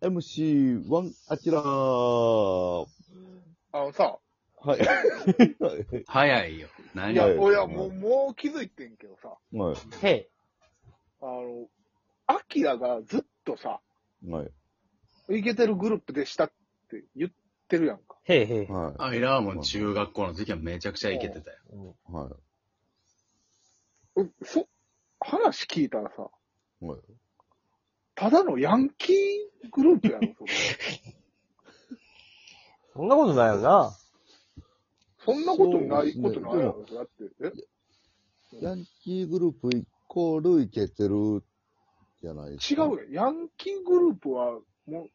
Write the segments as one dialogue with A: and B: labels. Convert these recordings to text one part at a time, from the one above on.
A: 4MC1 アキラー。
B: あのさ、
A: はい。
C: 早いよ。
B: い
C: 何
B: や、
A: はい
B: 俺はもう、もう気づいてんけどさ、
A: は
D: へ
B: あの、アキラがずっとさ、
A: い。はい。
B: いけてるグループでしたって言ってるやんか。
D: い、へいへい。
A: は
C: アイラーも中学校の時はめちゃくちゃイケてたよ。
D: うん
A: い。は
B: うそ、話聞いたらさ、
A: い。はい。
B: ただのヤンキーグループやろ、それ。
D: そんなことないよな。
B: そんなことないことないやろ、だって。
A: ヤンキーグループイコールイケてるじゃないで
B: え違
A: すか。
B: うやん。ヤンキーグループは、もう、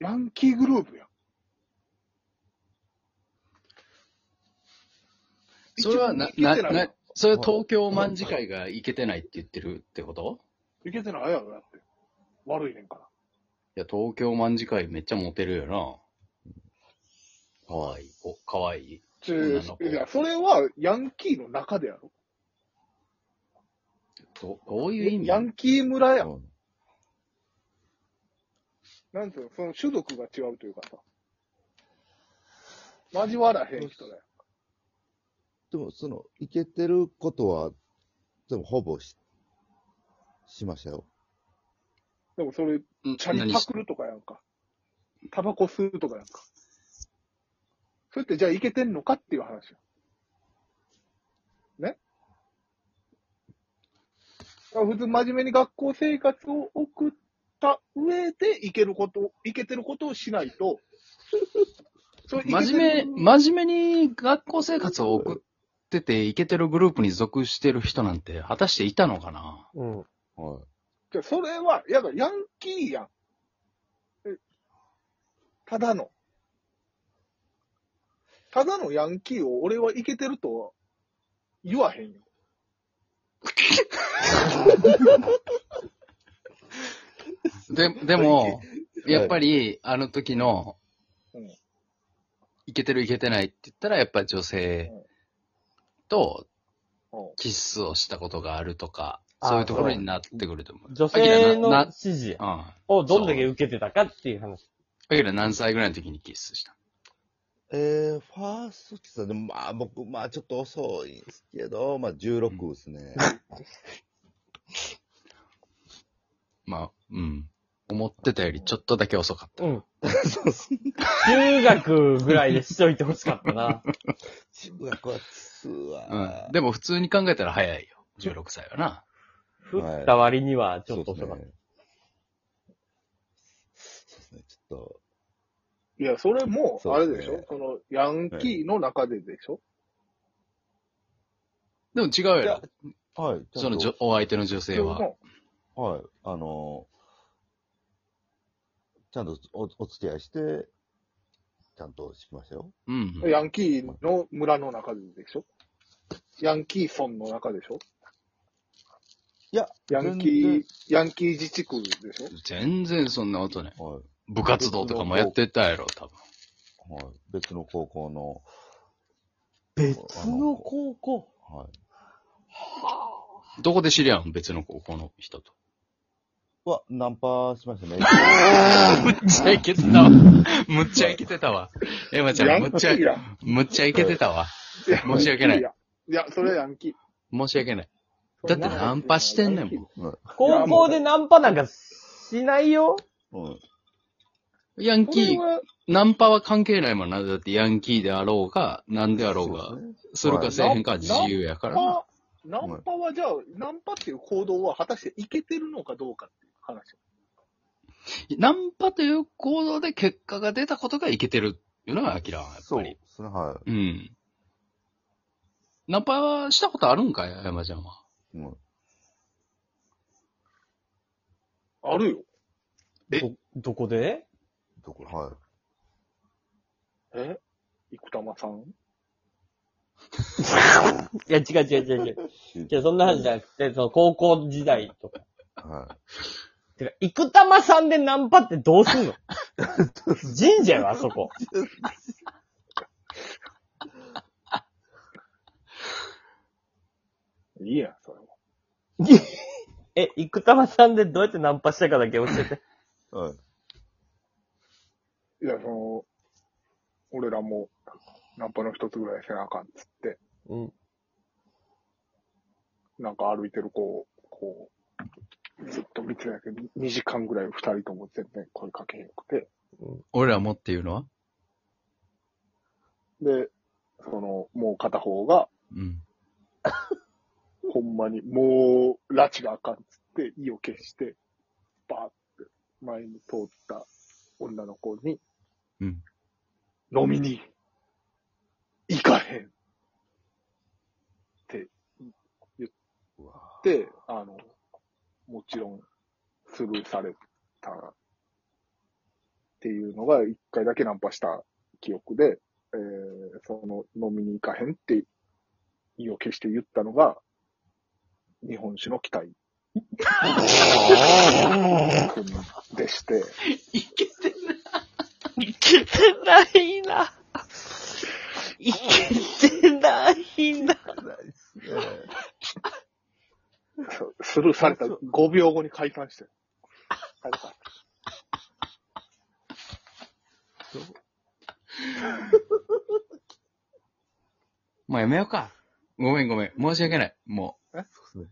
B: ヤンキーグループやん。
C: それはな、
B: 一番イ
C: な、
B: ケてないや
C: な、それは東京卍会がイケてないって言ってるってこと
B: ん。いけてないやろ、だって。悪いねんから。
C: いや、東京卍会めっちゃモテるよな。かわいい。お、かわいい。
B: ち
C: 女の子
B: いや、それはヤンキーの中でやろ。
C: ど、どういう意味
B: ヤンキー村やん。
A: うん
B: なんつうの、その種族が違うというかさ。交わらへん人だよ。
A: でも、その、イケてることは、でも、ほぼし、しましたよ。
B: でもそれ、
C: うん
B: チャリ
C: 何
B: パ
C: し
B: クるとかやんか。タバコ吸うとかやんか。それってじゃあいけてんのかっていう話よ。ねだから普通真面目に学校生活を送った上でいけること、いけてることをしない と、それ
C: 真
B: イ
C: 面
B: ケて
C: 目、
B: る
C: 真面目に学校生活を送ってて、イケてるグループに属してる人なんて、果たしていたのかな
D: うん。
A: は
B: じゃあそれは、やだ、ヤンキーやん。えただの。ただのヤンキーを俺はいけてるとは言わへんよ。
C: で、でも、やっぱり、あの時の
B: うん、
C: いけてるいけてないって言ったら、やっぱり女性と
B: うん
C: キスをしたことがあるとか、
D: あ
C: そういうところになってくると思う。
D: 女性
C: な
D: の
C: な
D: 支持
C: うん。あ
D: をどんだけ受けてたかっていう話。
C: きら何歳ぐらいの時にキスした
A: い。えー、ファーストキスは、でも、まあ、僕、まあ、ちょっと遅いんですけど、まあ、16です ね。
C: まあ、うん。思ってたよりちょっとだけ遅かっ
D: うん。
A: そうそう。
D: 中学ぐらいでしといてほしか ったな。
A: 中学はキス
C: た。う
A: は
C: ん。、でも普通に考えたら早いよ。16歳はな。
D: 降った割にはちょっと遅かっ
A: そう
D: た。
A: ですね。そうですね、
B: いや、それも、
A: そう
B: あ
A: で
B: れ
A: すね
B: でしょその、ヤンキーの中ででしょ、
C: でも違う
B: じ
C: や
B: ゃ
C: ろ。
A: ちょっと、はい。
C: そのじょお相手の女性は。
A: はい。あのちゃんとおお付き合いして、ちゃんとしましたよ。
C: うん
B: そ。のヤンキーの村の中ででしょヤンキー村の中でしょ
A: いや、
B: ヤンキー、ヤンキー自治区でしょ
C: 全然そんなことない。
A: ー。はい。
C: 部活動とかもやってたやろ、多分。
A: はい。別の高校の、
D: 別の高校。
A: はい。
C: どこで知り合うん別の高校の人と。
A: うわ、ナンパしました ね。
C: むっちゃいけてたわ。むっちゃいけてたわ。エマちゃ
B: ヤ
C: ん、む
B: ン
C: っ
B: キ
C: ちゃ
B: ー、や。
C: むっちゃいけてたわ。申し訳ない
B: いや、いやそれはヤンキー。
C: 申し訳ない。だってナンパしてんねんも
D: 高校でナンパなんかしないよ。
A: うん。
C: ん。ヤン
B: こ
C: キ
B: れ
C: ー、
B: は
C: ナンパは関係ないもんな。だってヤンキーであろうが、なんであろう
A: そ
C: が、
A: ですね
C: するかせえへんかは自由やからな。
B: パ、ナンパはじゃあ、ナンパっていう行動は果たしていけてるのかどうかっていう話。
C: ナンパという行動で結果が出たことがいけてるよな、アキラは、やっ
A: そ
C: ぱ
A: う
C: り
A: で。すね、は
C: うん。ナンパはしたことあるんかい山ちゃんは。
A: い。うん、
B: あるよ。
C: え
D: ど、どこで
A: どこはい。
B: え生玉さん
D: いや、違う違う違う違う。
A: うん
D: いや、そんな話じゃなくて、その高校時代とか。
A: は
D: てか、生玉さんでナンパってどうすん の神社よ、あそこ。
B: いいやん、それは。
D: え、生玉さんでどうやってナンパしたかだけ教えて。
A: はい。
B: いや、その、俺らも、ナンパの一つぐらいせなあかんっつって、
D: うん。
B: なんか歩いてる子を、こう、ずっと見てたけど、2時間ぐらい二人とも全然声かけへんくて、
C: 俺らもっていうのは
B: で、その、もう片方が、
C: うん。
B: ほんまに、もう、拉致があかんっつって、意を決して、バーって、前に通った女の子に、
C: うん。
B: 飲みに、行かへんって言って、あの、もちろん、スルーされたっていうのが、一回だけナンパした記憶で、えー、その、飲みに行かへんって、意を決して言ったのが、日本酒の期待君でして、
E: いけてないな。いけてないな。
B: そうスルーされた5秒後に解散して。あれか
C: もうやめようか。ごめんごめん。申し訳ない。も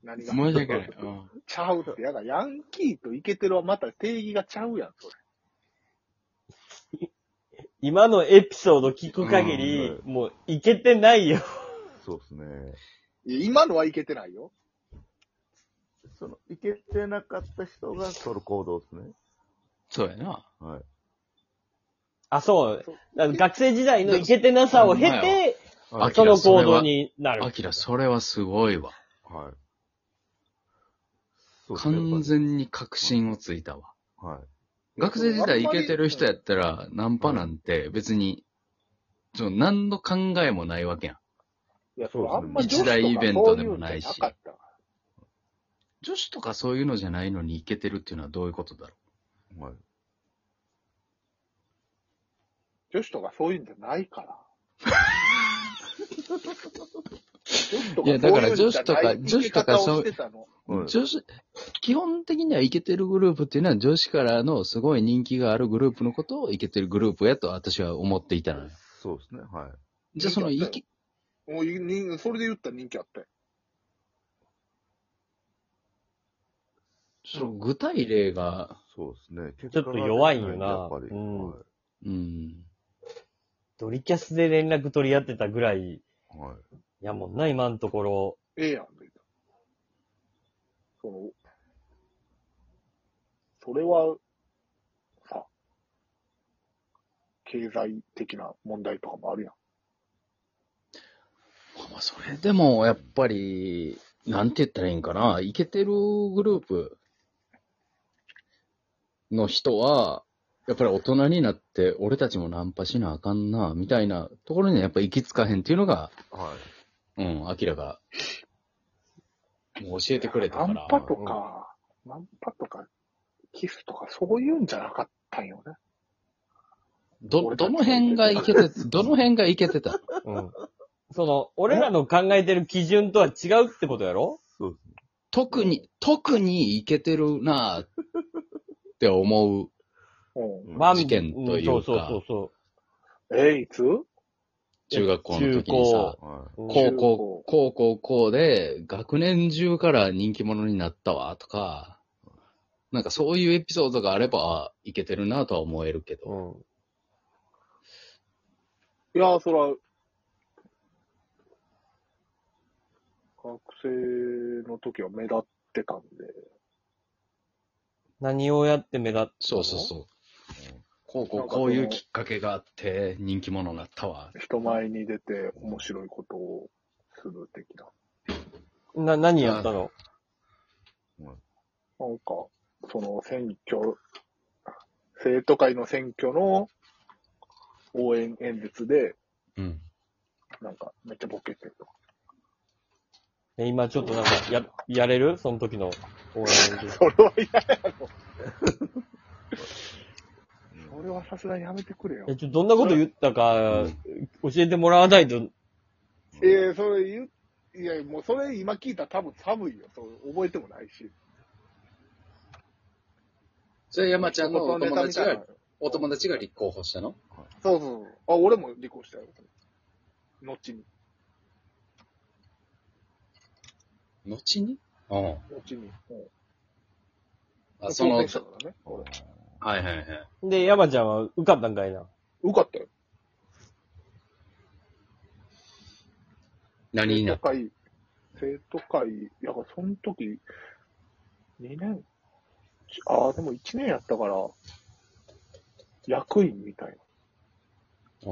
B: 何
C: う。
B: が
C: 申し訳ない。うん
B: ちゃうって、やだ、ヤンキーとイケてるはまた定義がちゃうやん、それ。
D: 今のエピソード聞く限り、もう、いけてないよ。
A: そうですね。
B: いや今のはいけてないよ。
A: その、いけてなかった人が取る行動ですね。
C: そうやな。
A: はい。
D: あ、そう
B: そう。
D: だから学生時代のいけてなさを経て、
A: はい。
D: その
C: あきらそ
D: 行
C: れは
D: 動になる
C: ア。キラ、それはすごいわ。
A: はい。そうっすね
C: 完。全に確信をついたわ。
A: やっぱりはい。
C: 学生時代イケてる人やったら、ナンパなんて別に、ちょ何の考えもないわけやん。
B: いや、
A: そうですね
B: あんま女子とか
C: 一大イベントでもないし
B: そううんじゃなかったわ
C: 女子とかそういうのじゃないのにイケてるっていうのはどういうことだろ
A: はい。
B: 女子とかそういうんじゃないから。
C: いやだから女子とか女子とかそう
B: いうのじゃない生き方をしてたの。
C: う、
A: はい
C: 女子、基本的にはイケてるグループっていうのは女子からのすごい人気があるグループのことをイケてるグループやと私は思っていたのよ。
A: そうですね。はい。
C: じゃあそのイケ、
B: もう人それで言ったら人気あったよ。
C: その具体例が、
A: そうですね。結
D: ちょっと弱いんよな
A: やっぱり。
D: うん
A: はい。
C: うん。
D: ドリキャスで連絡取り合ってたぐらい、
A: はい。
D: やもんな、今のところ。
B: ええやん、別にその、それは、さ、経済的な問題とかもあるやん。
C: まあそれでもやっぱり、なんて言ったらいいんかな、イケてるグループの人は、やっぱり大人になって、俺たちもナンパしなあかんな、みたいなところにやっぱ行き着かへんっていうのが、
A: はい。
C: うん、アキラが、もう教えてくれたか
B: ナン
C: ら。
B: パとか、ナンパとか、キスとかそういうんじゃなかったんよね。
C: ど、どの辺がイケて、どの辺がイケてた
D: うん。その、俺らの考えてる基準とは違うってことやろ
A: そうですね。
C: 特に、特にイケてるなあって思う。
B: う
A: うん
D: まあ
C: 事件というか
D: んそうそうそうそ
B: ん。え、いつ
C: 中学校の時に
D: 中
C: さ
D: 高。
A: は
D: う。
B: 中
C: こう、
B: 高
C: こう、こう、こう、こうで、学年中から人気者になったわ、とか、なんかそういうエピソードがあれば、あいけてるなとは思えるけ
D: う
C: ど。
D: ん。
B: いや、そら、学生の時は目立ってたんで、
D: 何をやって目立っ
C: そうそうそう。こう、こ
B: なん
C: う、
B: かそ
C: こ
B: の
C: ういうきっかけがあって、人気者になったわ。
B: 人前に出て面白いことをする的な。
D: な、何やったの
B: なんか、その選挙、生徒会の選挙の応援演説で、
C: うん。
B: なんかめっちゃボケてるとか。
D: え今ちょっとなんか、や、やれるその時の応援
B: それは嫌やろ。
A: い。
B: それはさすがにやめてくれよ
D: え、。ちょ、どんなこと言ったか、教えてもらわないと、
B: ええそれ言う、いや、もうそれ今聞いたら多分寒いよ。そう覚えてもないし。
C: それ山ちゃんのお友達
B: 元ネタみたい
C: が
B: な、
C: お友達が立候補したの
B: そうそうそう。あ、俺も離婚したよ。後に、
C: 後にうん。
B: 後に。うん
C: あ、その、
B: 元
C: は
B: ネ
C: い
B: タだからね。
C: はいはい。
D: で、山ちゃんは受かったんかいな。
B: 受かったよ。
C: 何に
B: 生
C: なっ
B: 徒会、生徒会、いや、その時、2年、ああ、でも1年やったから、役員みたい
C: うん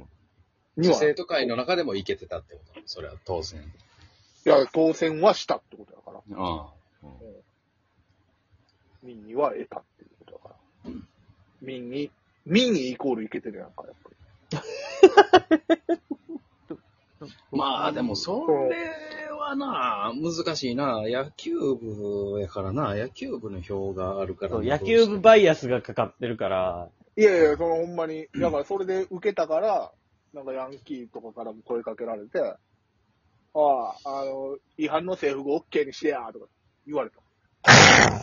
B: な。には、
C: 生徒会の中でもいけてたってことそれは当然。
B: いや、当選はしたってことだから、
C: うん。
B: 民意は得たっていうことだから。民意、民意イコールいけてるやんか、やっぱり。
C: まあでもそれはな、難しいな。野球部やからな、野球部の票があるから
D: そう、
C: な
D: 野球部バイアスがかかってるから、
B: いやいや、そのほんまに、だからそれで受けたから、なんかヤンキーとかからも声かけられて、ああ、あの、違反の制服 OK にしてや、とか言われた。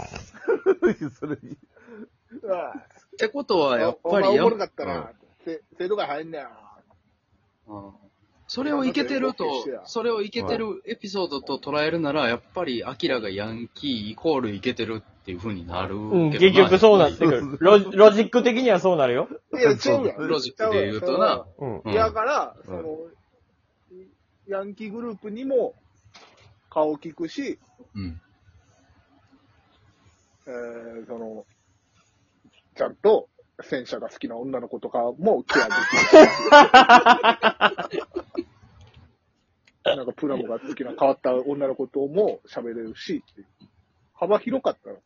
A: それに
B: あ
C: ってこと
B: あ
C: はやっぱり
B: お前
C: や
B: おもろかったな、せ生徒会入んねや。
C: うんそれをいけてると
B: 違反の制服 OK にしてや、
C: それをいけてるエピソードと捉えるなら、やっぱりアキラがヤンキーイコールいけてるっていう風になるけどな
D: うん、結局そうなってくる。ロジロジック的にはそうなるよ。
B: いや、違うやん。
C: ロジックで言うとな。
D: うん。
C: うん
B: いやから、
A: ん
B: その、ヤンキーグループにも顔を聞くし、
C: うん。
B: えー、その、ちゃんと戦車が好きな女の子とかもケアできる。なんかプラモが好きな変わった女の子とも喋れるし、幅広かったの。